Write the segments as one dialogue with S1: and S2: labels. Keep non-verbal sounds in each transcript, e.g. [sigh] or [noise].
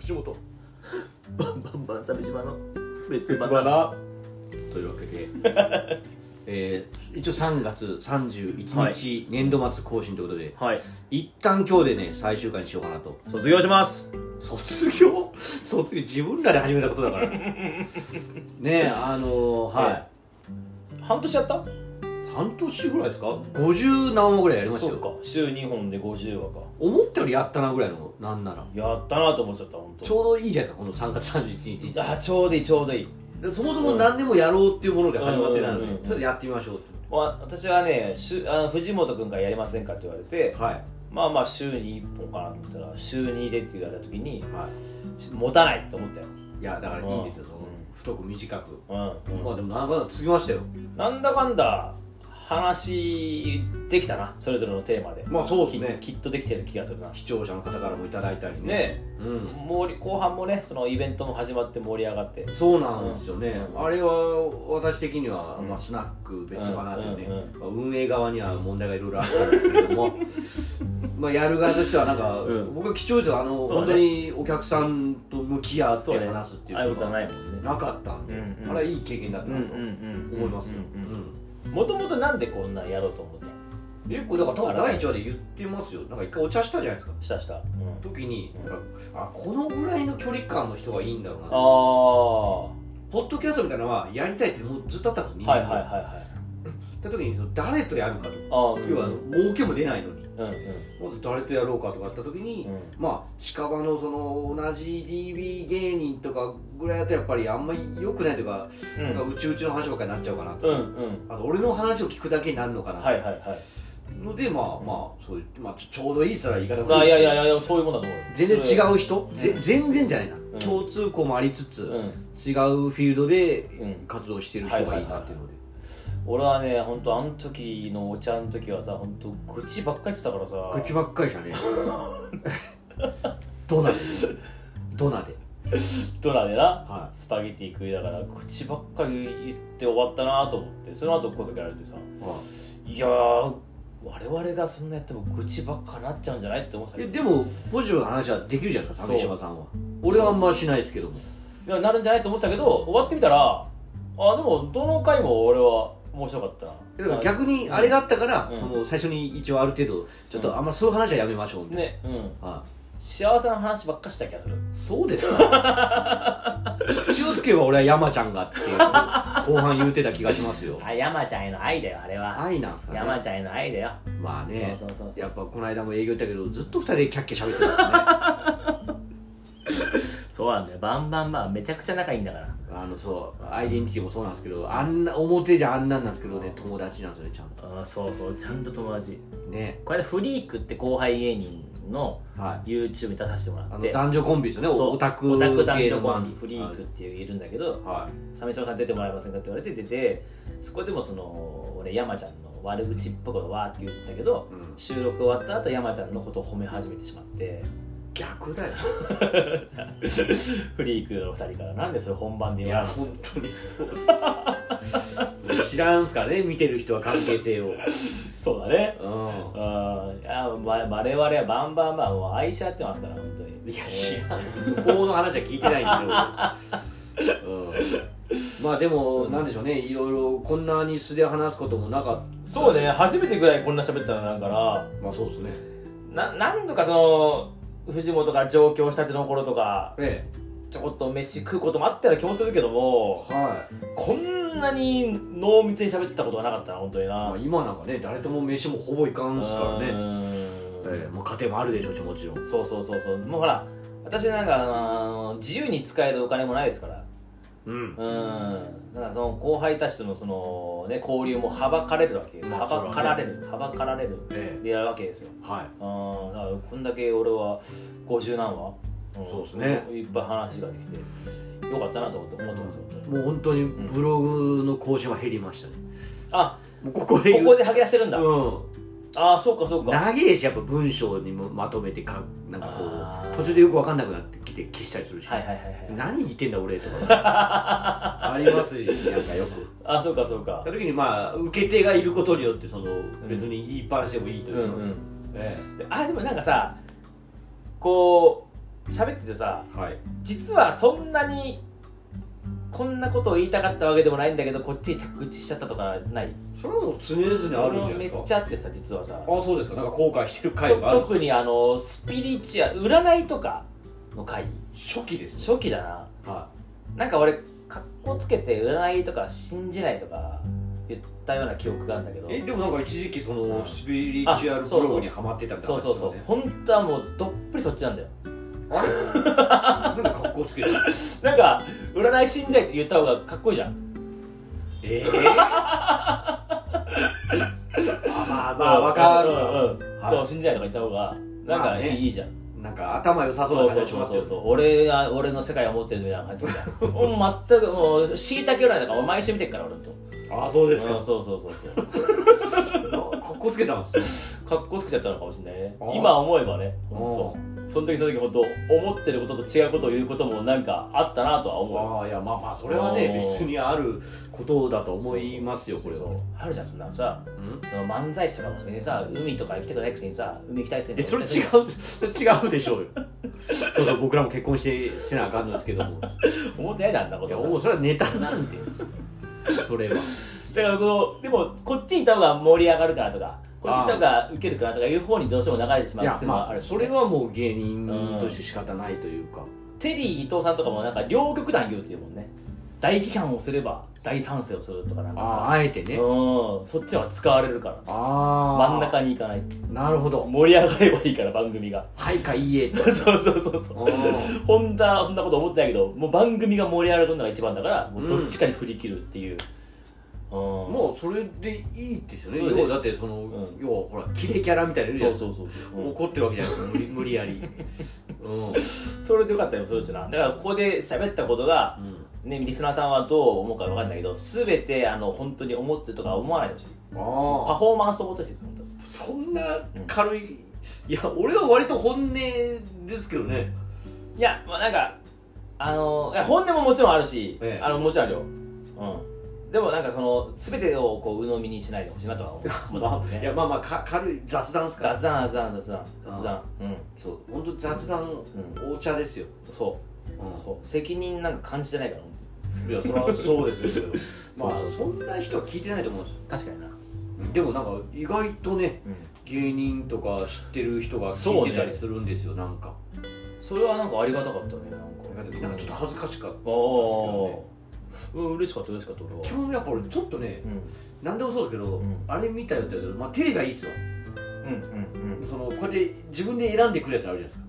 S1: 仕事
S2: バンバンバン鮫島の別
S3: 別
S2: 腹
S3: 腹というわけで
S1: [laughs]
S3: えー一応3月31日、
S2: はい
S3: 年度末更新ということで
S2: はい
S3: 一旦今日でね最終回にしようかなと
S2: 卒業します
S3: 卒業卒業自分らで始めたことだから
S1: [laughs]
S3: ねえあのーは
S1: 半年やった
S3: い半年ぐらいですか50何話ぐらいやりました
S1: そう
S3: よ
S1: か週2本で50話か
S3: 思ったよりやったなぐらいのなんなら
S1: やったなと思っちゃった本当。
S3: ちょうどいいじゃないですかこの3月31日
S1: あちょうどいいちょうどいい
S3: そもそも何でもやろうっていうもので始まってたの
S1: うんうんうんうん
S3: でとりあえずやってみましょうって
S1: わ私はね週あの藤本君からやりませんかって言われて
S3: はい
S1: まあまあ週に1本かなと思ったら週2でって言われた時に
S3: は
S1: 持たないと思ったよ
S3: いいやだからいいんですよその
S1: うん
S3: 太く短く
S1: うん、
S3: まあでもなかなかつきましたよ
S1: なんだかんだ話できたなそれぞれのテーマで
S3: まあそうですね
S1: ききっとできてる気がするな
S3: 視聴者の方からもいただいたりね
S1: ね
S3: うん
S1: 盛り後半もねそのイベントも始まって盛り上がって
S3: そうなんですよね
S1: うん
S3: あれは私的には
S1: うん
S3: まあスナック別花というね
S1: うんうん
S3: まあ運営側には問題がいろいろあったんですけれど
S1: [laughs]
S3: もまあやる側としてはなんか
S1: うん
S3: 僕は貴重ですよあの
S1: そう
S3: 本
S1: ね
S3: 当にお客さんと向き合って
S1: そうね
S3: 話すってい
S1: ああいう
S3: う
S1: こ
S3: ことと
S1: は
S3: が
S1: ないもんね
S3: なかったんで
S1: うんうん
S3: あれはいい経験だったなと
S1: うん
S3: 思いますよ
S1: うんうんうん
S3: うん
S1: もともとなんでこんなんやろうと思って
S3: えこれだから多分第1話で言ってますよなんか一回お茶したじゃないですか
S1: したした、うん
S3: 時になんかあこのぐらいの距離感の人がいいんだろうな
S1: ああは
S3: ポッドキャストみたいなのはやりたいってもうずっとあったんです
S1: い
S3: よ
S1: はいはいはい
S3: って時にその誰とやるかと
S1: ああうん
S3: 要は儲けも出ないのに
S1: うんうん
S3: まず誰とやろうかとかあった時に、
S1: うん
S3: まあ近場のその同じ DB 芸人とかぐらいだとやっぱりあんまり良くないというか,、
S1: う
S3: うんなんかうちうちの話ばっかりになっちゃうかなと、
S1: うんうん
S3: あと俺の話を聞くだけになるのかな、
S1: はいはいはい
S3: のでまあまあそういう、まあ、ちょちょうどいいって言ったら言い方悪
S1: あ
S3: で
S1: い
S3: す
S1: や
S3: け
S1: い
S3: ど
S1: やいやでもそういうもんだと思うよ
S3: 全然違う人、
S1: ん
S3: ぜ全然じゃないな、
S1: ん
S3: 共通項もありつつ、
S1: そ
S3: 違
S1: れ
S3: う
S1: うん
S3: フィールドで
S1: うん
S3: 活動してる人がいいなっていうので、
S1: 俺はね本当あの時のお茶の時はさ本当愚痴ばっかり言ってたからさ
S3: 口ばっかりじゃね
S1: [laughs]
S3: ドナでドナで
S1: ドラでな
S3: は
S1: スパゲティ食いながら口ばっかり言って終わったなと思ってその後声かけられてさ
S3: い、
S1: いやー我々がそんなやっても愚痴ばっかなっちゃうんじゃないって思ってた
S3: え
S1: け
S3: で
S1: ど
S3: もポジティブな話はできるじゃないですか
S1: そう
S3: 鮫島さんは俺はあんましないですけども
S1: いやなるんじゃないと思ってたけど終わってみたらあでもどの回も俺は面白かった
S3: だ
S1: な
S3: から逆にあれがあったから、
S1: うん
S3: その最初に一応ある程度ちょっとあんまそういう話はやめましょうみたいな、
S1: ねうん
S3: は
S1: 幸せな話ばっかした気がする
S3: い、そうですか
S1: [laughs]
S3: 口をつけば俺は山ちゃんがっていう後半言うてた気がしますよ
S1: あ山ちゃんへの愛だよあれは
S3: 愛なんすかね
S1: 山ちゃんへの愛だよ
S3: まあね
S1: そうそうそうそう
S3: やっぱこの間も営業行ったけどずっと二人でキャッキャ喋ってます
S1: [laughs]
S3: ね
S1: そうなんだよバンバンバンめちゃくちゃ仲いいんだから
S3: あのそうアイデンティティもそうなんですけどあんな表じゃあんなんなんですけどね友達なんですよねちゃん
S1: あーそうそうちゃんと友達
S3: とね
S1: これフリークって後輩芸人の
S3: はい
S1: YouTube に出させてもら
S3: あ
S1: っ
S3: の
S1: て
S3: 男女コンビですよね
S1: そう
S3: オタク
S1: オタク男
S3: 系
S1: 女
S3: の
S1: コン
S3: 番
S1: ビフリークっていういるんだけど
S3: は
S1: 鮫島さん出てもらえませんかって言われて出てそこでもその俺山ちゃんの悪口っぽいことわーって言ったけど
S3: い、うん、
S1: 収録終わった後山ちゃんのことを褒め始めてしまって [laughs]
S3: 逆だよ
S1: フリークの2人からなんでそれ本番で
S3: い
S1: 言
S3: や
S1: わない
S3: 本当にそうです [laughs] 知らんすからね見てる人は関係性を
S1: そうだね
S3: う
S1: あーあーわ我々はバンバンバンもう愛し合ってますから本当に
S3: んいや知らんす向こうの話は聞いてないんですけど、うん、まあでもなんでしょうねいろいろこんなに素で話すこともなかった
S1: そうね初めてぐらいこんな喋ったのなんから
S3: まあそうですね
S1: な何度かその藤本が上京したての頃とか
S3: え
S1: ちょこっと飯食うこともあったような気もするけど
S3: え
S1: も
S3: はい
S1: こんなに濃密に喋ったことがなかったな本当にな、
S3: まあ、今なんかね誰とも飯もほぼいかんすから
S1: う
S3: ね、
S1: ーん
S3: ええまあ、家庭もあるでしょうしもちろん
S1: そうそうそうそうもうほら私なんかあの自由に使えるお金もないですから
S3: うん
S1: うんだからその後輩たちとのその、ね、交流もはばかれるわけです
S3: ま
S1: は
S3: あそれは
S1: ば
S3: ね
S1: かられるはばかられる
S3: え
S1: でやるわけですよ
S3: えはい
S1: うんだからこんだけ俺は50何話、ん
S3: そうですね
S1: いっぱい話ができてよかったなと思って思ってます、本当に
S3: もう本当にブログの更新は減りましたね、
S1: あ
S3: もうここで
S1: こ
S3: 言う
S1: こで吐き出してるんだ、
S3: う
S1: ああそうかそうんか
S3: 長いしやっぱ文章にもまとめてかなんか
S1: あ
S3: こ
S1: ー
S3: う途中でよく分かんなくなってきて消したりするし、
S1: はいはいはいはい
S3: 何言ってんだ俺とか [laughs] ありますしなんかよく
S1: あそうかそうか
S3: その時にまあ受け手がいることによってその別に言いっぱなしでもいいと
S1: う
S3: い
S1: ん
S3: うか、
S1: うん
S3: え
S1: あでもなんかさこう喋っててさ
S3: はい
S1: 実はそんなにこんなことを言いたかったわけでもないんだけどこっちに着地しちゃったとかない
S3: それはもう常々あるんじゃない
S1: め
S3: で
S1: っ
S3: すか
S1: ちゃあってさ実はさ
S3: あそうですかなんか後悔してる回
S1: と
S3: があるんですか
S1: 特にあのスピリチュアル占いとかの回
S3: 初期ですね
S1: 初期だな
S3: は
S1: なんか俺格好つけて占いとか信じないとか言ったような記憶があるんだけど
S3: いえでもなんか一時期そ
S1: うん
S3: のスピリチュアル
S1: あ
S3: ブ
S1: そうそう
S3: ログにハマってたみたい
S1: そ
S3: な
S1: う
S3: 話で
S1: そう
S3: す
S1: そ
S3: よ
S1: う
S3: ね
S1: 本当はもうどっぷりそっちなんだよ
S3: あれなんで格好つけてる
S1: なんか占い信じないって言った方がかっこいいじゃん
S3: ええまあまあわかる
S1: うんうんうん
S3: はい
S1: そう信じないとか言った方がなん
S3: ま
S1: か
S3: あ
S1: いい,、
S3: ね
S1: じゃん
S3: なんか頭良さそう
S1: そう
S3: な
S1: そ
S3: 感
S1: う
S3: じし
S1: そう
S3: ます
S1: そ
S3: よね
S1: う俺が俺の世界を持ってるみたい
S3: [laughs]
S1: な感じだもう全くもうしいたけ占いとかお前してみてっから俺と
S3: あそうで
S1: うんそうそうそうそう
S3: 格好つけたんですね
S1: かっこつけちゃったのかもしれないね
S3: あー
S1: 今思えばね
S3: う
S1: 本当その時その時本当思ってることと違うことを言うこともなんかあったなとは思う
S3: ああいやまあまあそれはね
S1: うん
S3: 別にあることだと思いますよこれは
S1: そうあるじゃんそんなのさ
S3: うん
S1: その漫才師とかもそれにさ海とか行きたくないくせにさ海行きたいくせに
S3: えそれ違うそれ違うでしょうよそうそう僕らも結婚してしてなあかんのですけ
S1: [laughs]
S3: ども
S1: 思ってないじゃんあんなこ
S3: いや
S1: と
S3: もうそれはネ
S1: [laughs]
S3: タなんでそれは
S1: だからそのでもこっちにいた方が盛り上がるからとかこっちにいた方がウケるからとかいう方にどうしても流れてしま
S3: いう
S1: っ
S3: や
S1: ていうのは
S3: ま
S1: あ
S3: あ
S1: る
S3: それはもう芸人として仕方ないというか
S1: テリー伊藤さんとかもなんか両極端言うっていうもんね大批判をすれば大賛成をするとかなん
S3: あ
S1: かさ
S3: ああえて
S1: うん
S3: ね
S1: そっちは使われるから
S3: ああ
S1: 真ん中に行かない
S3: なるほど
S1: 盛り上がればいいから番組が [laughs]
S3: はいかいいえと
S1: そうそうそうそう
S3: あー
S1: 本当はそんなこと思ってないけどもう番組が盛り上がるのが一番だからもうどっちかに振り切るっていう、うん、も
S3: もうそれでいいですよね
S1: それで
S3: 要はだってその、
S1: ん
S3: 要はほらキレキャラみたいなのいるじ
S1: そ
S3: ゃ
S1: う
S3: ないです
S1: そ
S3: か
S1: うそうそう、うん
S3: 怒ってるわけじゃないですか無理無理やり
S1: [laughs]
S3: うん、うん、
S1: それでよかったりもするしなだからここで喋ったことが、ね、リスナーさんはどう思うか分かんないけど全てあの本当に思ってるとか思わないでほしいパ
S3: ああ
S1: フォーマンスと思ってほしいです本当
S3: そ
S1: に
S3: んな軽い、いや俺は割と本音ですけどね
S1: いや、まあ、なんかあのいや本音ももちろんあるし、
S3: ええ
S1: あのもちろんあるよ、うん、でもなんかその全てをこう鵜呑みにしないでほしいなとは思う思ってます
S3: い
S1: ね
S3: やまあまあか軽い雑談ですから
S1: 雑談雑談雑談雑談うん
S3: そう本当雑談、
S1: う
S3: お茶ですよ、
S1: そう
S3: うん
S1: そう責任なんか感じてないから本
S3: いやそれはそうですよまあそんな人は聞いてないと思うんですよ
S1: 当 [laughs] に確かにな、
S3: でもなんか意外とね芸人とか知ってる人が聞いてたりするんですよ、なんか
S1: それはなんかありがたかったね
S3: な
S1: なん
S3: ん
S1: か
S3: かちょっと恥ずかしかった
S1: おお、うん、嬉しかった嬉しかった俺は
S3: 基本やっぱ俺ちょっとね
S1: う
S3: 何でもそうですけど、
S1: うん
S3: あれ見たよって言うけど、まあ、テレビがいいっすわ
S1: んうんうんうん
S3: そのこうやって自分で選んでくるやつあるじゃないですか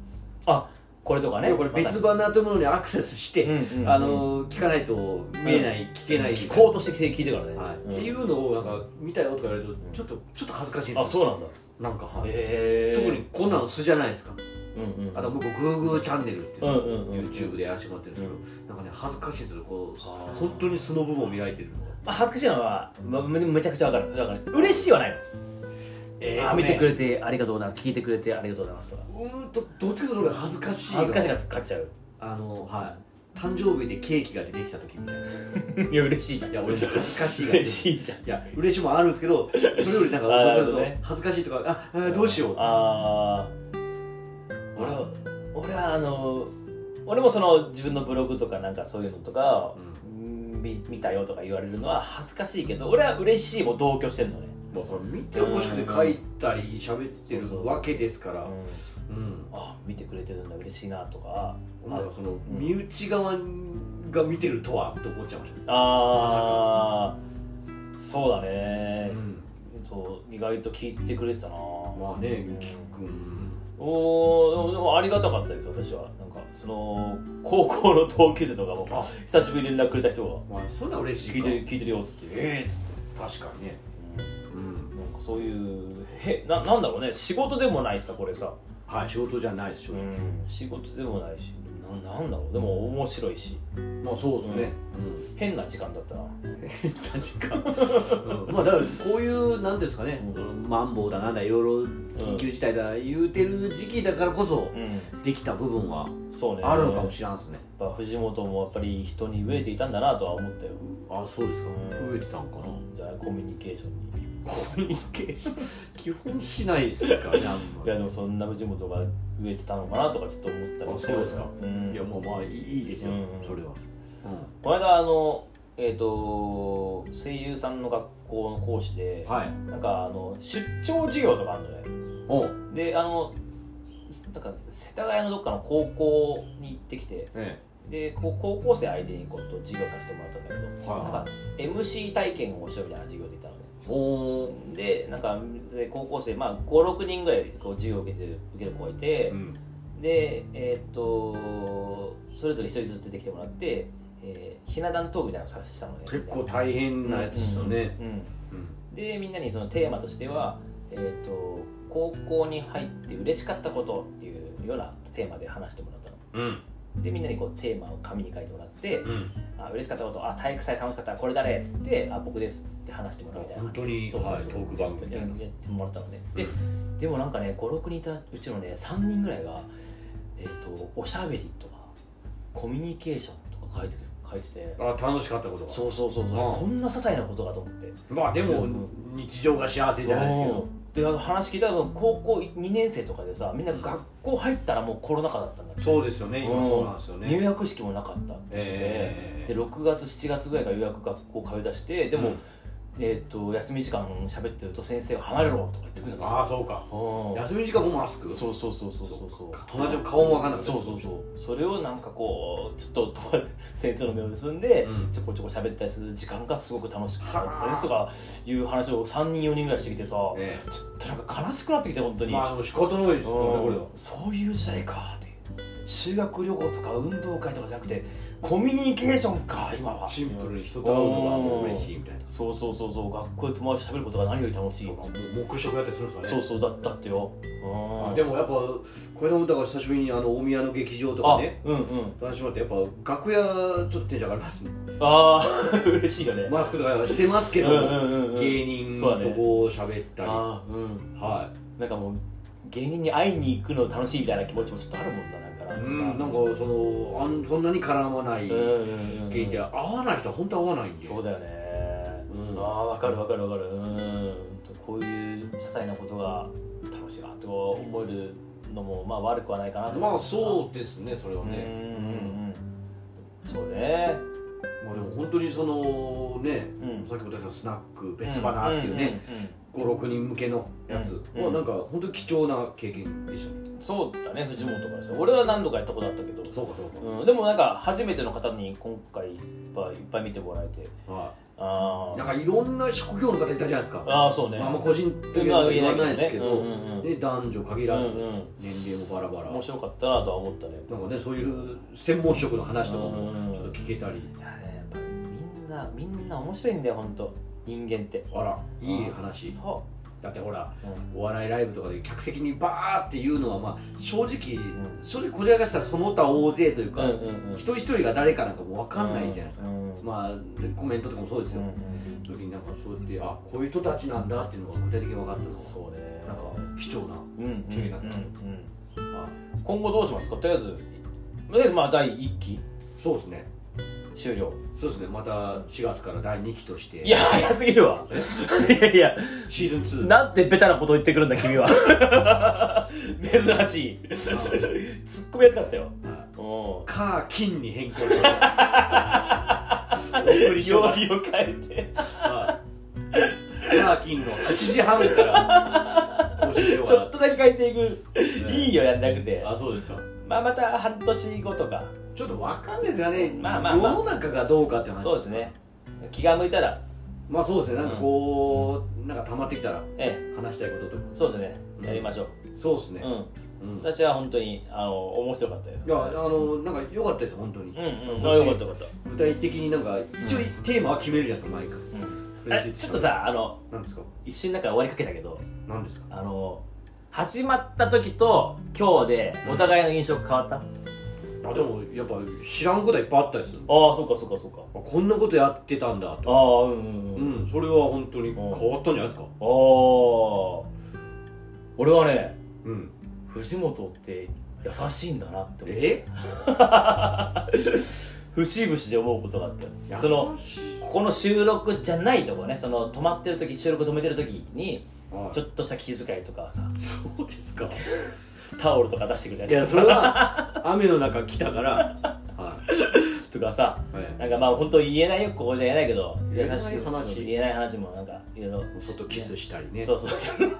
S1: あこれとかね
S3: 要はこれ別花というものにアクセスして、
S1: うんうん
S3: あの聞かないと見えない、聞けない
S1: 聞こうとして聞いてるからね、
S3: はい
S1: うん
S3: っていうのをなんか見たよとか言われるとちょっとちょっと恥ずかしいんですよ
S1: あそうなんだ
S3: なんかはい
S1: へえ
S3: 特にこんなの素じゃないですか
S1: うんうん
S3: あと僕グーグーチャンネルっていうの
S1: うんうんうん
S3: YouTube でやらせてもらってるんですけどなんかね恥ずかしいんですよこう
S1: あー
S3: 本当に素の部分を見られてるのが
S1: まあ恥ずかしいのは、ま、むむちゃくちゃわかるそれはわかる嬉しいはないの、あ見てく
S3: れ
S1: れてありがとうございます聞いてくれてありがとうございますとか
S3: うーんとどっちかというと俺恥ずかしい
S1: 恥ずかしい
S3: い
S1: から買っちゃう
S3: あのはい誕生日でケーキが出てきた時みたいない
S1: いや嬉しいじゃん
S3: いや俺恥ずかしいが
S1: 嬉しいじゃん
S3: や嬉しいもあるんですけどそれよりなんか
S1: [laughs]
S3: どっ
S1: あー
S3: ちかと
S1: なるほど
S3: いう
S1: ね
S3: と恥ずかしいとかああーどうしようって
S1: ああ俺は俺はあの俺もその自分のブログとかなんかそういうのとか、うん見見たよとか言われるのは恥ずかしいけど俺は嬉しいも同居してるのね、
S3: まあそれ見てほしくて書いたり喋って
S1: そうそ
S3: る
S1: う
S3: わけですか
S1: う
S3: ら
S1: ん
S3: うん
S1: あ見てくれてるんだ嬉しいなとか
S3: まあ、その身内側が見てるとはと思っちゃいまし
S1: ああそうだ
S3: た、
S1: ね
S3: ね、
S1: そう意外と聞いてくれてたな
S3: まあね
S1: うん
S3: キックン
S1: おーでもでもありがたかったです私はなんかその高校の同級生とかも
S3: あ
S1: 久しぶりに連絡くれた人が
S3: まあそんな嬉し
S1: 聞
S3: い
S1: い
S3: か
S1: てる聞いてるよっつってええっつっ
S3: 確かにね
S1: て、
S3: うん
S1: なんかそういうへななんだろうね仕事でもないしさこれさ、
S3: はい仕事じゃないでしょ、
S1: 仕事でもないしななんだろうでも面白いし
S3: まあそうですね、
S1: 変な時間だったな
S3: 変な時間、うんまあだからこういうなんていうんですかね、
S1: う
S3: マンボウだなんだいろいろ緊急事態だ言うてる時期だからこそ
S1: うん
S3: できた部分は
S1: そうね
S3: あるのかも
S1: れ
S3: しれないですね、
S1: ない藤本もやっぱり人に飢えていたんだなとは思ったよ
S3: あそうですか
S1: うん
S3: 増えてたんかな
S1: じゃあコミュニケーションに
S3: コミュニケーション基本しないですからねあん
S1: いや
S3: ま
S1: でもそんな藤本が植えてたのかなとかちょっと思ったり
S3: あそうですか
S1: うん、
S3: りいやもうまあいいですよ、
S1: うん
S3: それは、
S1: この間あのえっ、と声優さんの学校の講師で、
S3: はい
S1: なんかあの出張授業とかあるのね
S3: お
S1: であのなんか世田谷のどっかの高校に行ってきて
S3: え
S1: でこう高校生相手にこうと授業させてもらったんだけど、
S3: はい
S1: なんか MC 体験をしようみたいな授業でいたのね
S3: えほ
S1: でなんかで高校生、まあ、56人ぐらいこう授業を受けてる受ける子がいて、
S3: ーうん
S1: でえーっとそれぞれ一人ずつ出てきてもらって、えー、ひな壇トークみたいなのをさせてたのね
S3: 結構大変なやつですよね、
S1: うん
S3: うん
S1: でみんなにそのテーマとしては、えー、と高校に入って嬉しかったことっていうようなテーマで話してもらったの
S3: うん
S1: でみんなにこうテーマを紙に書いてもらって
S3: う、ん
S1: あ嬉しかったことあ体育祭楽しかったこれ誰っつってあ僕ですっつって話してもらうみたいな
S3: 本当に
S1: そうそうそう
S3: はいトーク番組みたいな
S1: やってもらったのね
S3: う
S1: ででもなんかね56人いたうちのね3人ぐらいが、えー、とおしゃべりとかコミュニケーションとか書いて書いてて
S3: あ楽しかったことが
S1: そうそうそうそう
S3: ああ
S1: こんな些細なことかと思って
S3: まあでも
S1: うん
S3: 日常が幸せじゃないですけど
S1: であの話聞いたの高校2年生とかでさみんな学校入ったらもうコロナ禍だったんだって
S3: そうですよね今そうなんですよ
S1: 入
S3: ね
S1: 学式もなかったって言って
S3: ええ
S1: で6月7月ぐらいからようやく学校通い出してでも、
S3: うん
S1: えー、と休み時間喋ってると先生が離れろとか言ってくるんです
S3: ああ
S1: よ
S3: そうか
S1: うん
S3: 休み時間もマスク
S1: そうそうそうそうそうそう
S3: 友達の顔も分かんなくて
S1: そうそうそうそれをなんかこうちょっとと先生の目を盗んで、
S3: うん
S1: ちょこちょこ喋ったりする時間がすごく楽しかったですとかいう話を3人4人ぐらいしてきてさ、
S3: え
S1: ちょっとなんか悲しくなってきて本当
S3: え
S1: に、
S3: まあでも仕方ないですよねこれは
S1: うんそういう時代かっていう修学旅行とか運動会とかじゃなくてコミュニケーションか今は
S3: シンプルに人と会うのがもう嬉しいみたいな
S1: そうそうそうそう学校で友達と喋ることが何より楽しい
S3: もう黙食やったりするんですかね
S1: そうそうだったってようん
S3: でもやっぱこれの歌が久しぶりにあの大宮の劇場とかね
S1: あうんうん
S3: 出してもらってやっぱ楽屋ちょっとテンション上がりますね
S1: ああ [laughs] 嬉しいよね
S3: マスクとかしてますけど
S1: うんうんうんうん
S3: 芸人と
S1: そうだね
S3: こう喋ったりは
S1: ああうん
S3: い
S1: なんかもう芸人に会いに行くの楽しいみたいな気持ちもちょっとあるもんだなんかな
S3: うんなんかそのあんそんなに絡まない
S1: うんうんうん
S3: 芸人って合わない人は本当合わないんで
S1: そうだよね、
S3: うん
S1: ああわかるわかるわかるうんこういう些細なことが楽しいなと思えるのもまあ悪くはないかなと
S3: ま
S1: 思
S3: あそうですねそれは
S1: うね
S3: ね
S1: うんそうね
S3: まあでも本当にそのね
S1: うん
S3: さっきも言ったけどスナック別花っていうね
S1: んうん
S3: 56人向けのやつ
S1: うん
S3: はなんか本当に貴重な経験でしたね
S1: うんそうだね藤本からさ俺は何度かやったことあったけど
S3: そうかそう
S1: うん、でもなんか初めての方に今回いっぱいいっぱい見てもらえて
S3: かは
S1: あ
S3: いなん
S1: ー
S3: かいろんな職業の方いたじゃないですか
S1: あーそうね、
S3: まああんま個人的
S1: うん
S3: なこ
S1: まあ
S3: とは言わないですけ
S1: ねうん
S3: ど
S1: うんうん
S3: ね男女限
S1: う
S3: らず
S1: んうん
S3: 年齢もバラバラ
S1: 面白かったなとは思ったね
S3: なんかねそういう専門職の話とかも
S1: うん
S3: ちょっと聞けたり
S1: いやねやっぱみんなみんな面白いんだよ本当人間って
S3: あらいい話
S1: そ
S3: だってほら
S1: う、うん
S3: お笑いライブとかで客席にバーっていうのはまあ正直
S1: ん
S3: 正直こちらがしたらその他大勢というか、
S1: うんうんうん
S3: 一人一人が誰かなんかもう分かんないじゃないですか、
S1: うんうん
S3: まあでコメントとかもそうです
S1: う
S3: よ、
S1: んうん
S3: 時になんかそうやってあこういう人たちなんだっていうのが具体的に分かったのが
S1: そうね
S3: なんか貴重な
S1: うんうん
S3: 経験だっ
S1: う
S3: た
S1: ん
S3: あ
S1: うん今後どうしますかとりあえずとりあえずまあ第1期
S3: そうですね
S1: 終了
S3: そうですねまた4月から第2期として
S1: いや早すぎるわいやいや
S3: シーズン2
S1: なんてベタなこと言ってくるんだ君は珍しいツッコミやすかったよ
S3: はい
S1: うん
S3: か金に変更してお送りしようか
S1: 曜 [laughs]
S3: な
S1: 日を変えて
S3: はいカーキンの8時半から更新しよう
S1: ち
S3: かな
S1: ょっとだけ変えていく
S3: ね
S1: いいよやんなくて
S3: あそうですか
S1: まあまた半年後とか
S3: ちょっとわかんないですがね、
S1: まあまあまあ
S3: 世の中がどうかって話
S1: そうですね気が向いたら
S3: まあそうですねなんかこう、なんか溜まってきたら
S1: ええ
S3: 話したいこととか
S1: そうですね
S3: うん
S1: やりましょう、
S3: そうです
S1: う
S3: ね
S1: ん、
S3: うんい
S1: 私は本当にあの面白かったです
S3: やあのなんか良かったです本当に
S1: う、んうんあよかったよかった、
S3: 具体的になんか一応
S1: うん
S3: テーマは決めるじゃないですか毎回それに
S1: え
S3: つい
S1: ちょっとさあの
S3: 何ですか
S1: 一瞬だから終わりかけたけど
S3: 何ですか
S1: あの始まった時と今日でお互いの印象変わった、
S3: あでもやっぱ知らんことはいっぱいあったりする
S1: ああそっかそっかそっか
S3: あこんなことやってたんだ
S1: あ
S3: と
S1: あうんうんう、
S3: うん
S1: あ
S3: んそれは本当に変わったんじゃないですか
S1: あ俺はね
S3: うん
S1: 藤本って優しいんだなって思って
S3: え
S1: 節々で思うことがあったよ
S3: 優
S1: その
S3: しい
S1: ここの収録じゃないとこねその止まってる時収録止めてる時に
S3: はい
S1: ちょっとした気遣いとかさ
S3: そうですか
S1: タオルとか出してくれ
S3: い
S1: た
S3: や
S1: り
S3: それは雨の中来たからは
S1: とかさ
S3: い、は
S1: なんかまあ本当言えないよここじゃ言えないけど
S3: 言えない
S1: 優し
S3: 話
S1: 言えない話もなんかいろいろ
S3: い、外キスしたりね
S1: そうそうそう
S3: う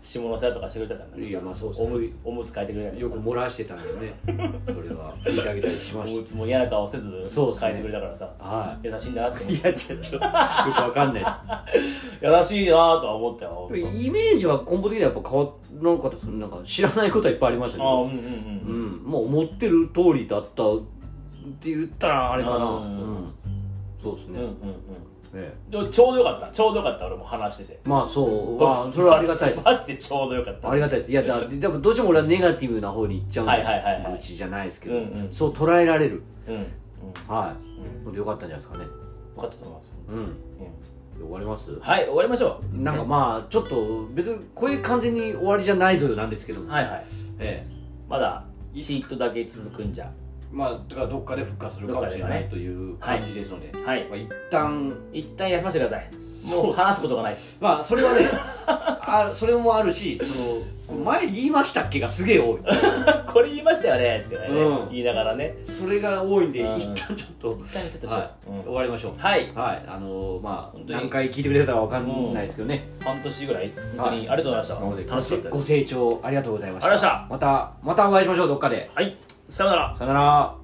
S1: 下の世話とかしてくれたじゃん
S3: んいやまあそう
S1: おむ
S3: そ
S1: つおむつ変えてくれた
S3: う
S1: り
S3: よ
S1: とか
S3: く
S1: さ
S3: 漏らしてたんでねそれは言ってあげたりしま
S1: お
S3: し
S1: むつも嫌な顔せず
S3: そうっすね
S1: 変えてくれたからさ
S3: たは
S1: 優しいんだなって思
S3: い
S1: っ
S3: いやちょっとよくわかんないです
S1: て優しいなとは思ったよ本当
S3: イメージは根本的にはやっぱ変わらなかったですねなんか知らないことはいっぱいありましたけ
S1: ああうん
S3: ど、
S1: うん
S3: う
S1: うん
S3: ん、まあ思ってる通りだったって言ったらあれかな、
S1: うん
S3: うんそうです
S1: うん
S3: ね
S1: う、んうん
S3: え
S1: でもちょうどよかったちょうどよかった俺も話してて
S3: えまあそう [laughs] まあそれはありがたいです
S1: マジでちょうどよかった
S3: ありがたいですいやだでもどうしても俺はネガティブな方に行っちゃうんで、
S1: はいはいはいはい
S3: 愚痴じゃないですけど、
S1: うんうん
S3: そう捉えられる
S1: うんうんよ
S3: はい、
S1: うん
S3: 本当よかったんじゃないですかね
S1: かったと思います
S3: うん
S1: う
S3: 終わります
S1: んはい終わりましょ
S3: なんかまあちょっと別にこれ完全に終わりじゃないぞよなんですけど
S1: う
S3: も、
S1: はいはい
S3: ええ
S1: まだシートだけ続くんじゃ
S3: まあだからどっかで復活するかもしれないという感じですので、
S1: はい
S3: まあ、一旦
S1: 一旦休ませてくださいもう話すことがないです [laughs]
S3: まあそれはね [laughs] あそれもあるしそのこれ前言いましたっけがすげえ多い
S1: これ言いましたよねってね、
S3: うん
S1: 言いながらね
S3: それが多いんで
S1: うん
S3: 一旦ちょっと、
S1: 一旦ちょっとしよ
S3: は
S1: う
S3: い、
S1: うん
S3: 終わりましょう
S1: はい
S3: はい、あのーまあ
S1: 本当に
S3: 何回聞いてくれたかわかんないですけどね、
S1: 半年ぐらい本当に、
S3: はい
S1: ありがとうござい
S3: なの
S1: ま
S3: で
S1: した楽しかったで
S3: ご
S1: す
S3: 清聴ありがとうございました
S1: ありがとうござい
S3: またまたお会いしましょうどっかで
S1: はいさようなら
S3: さよなら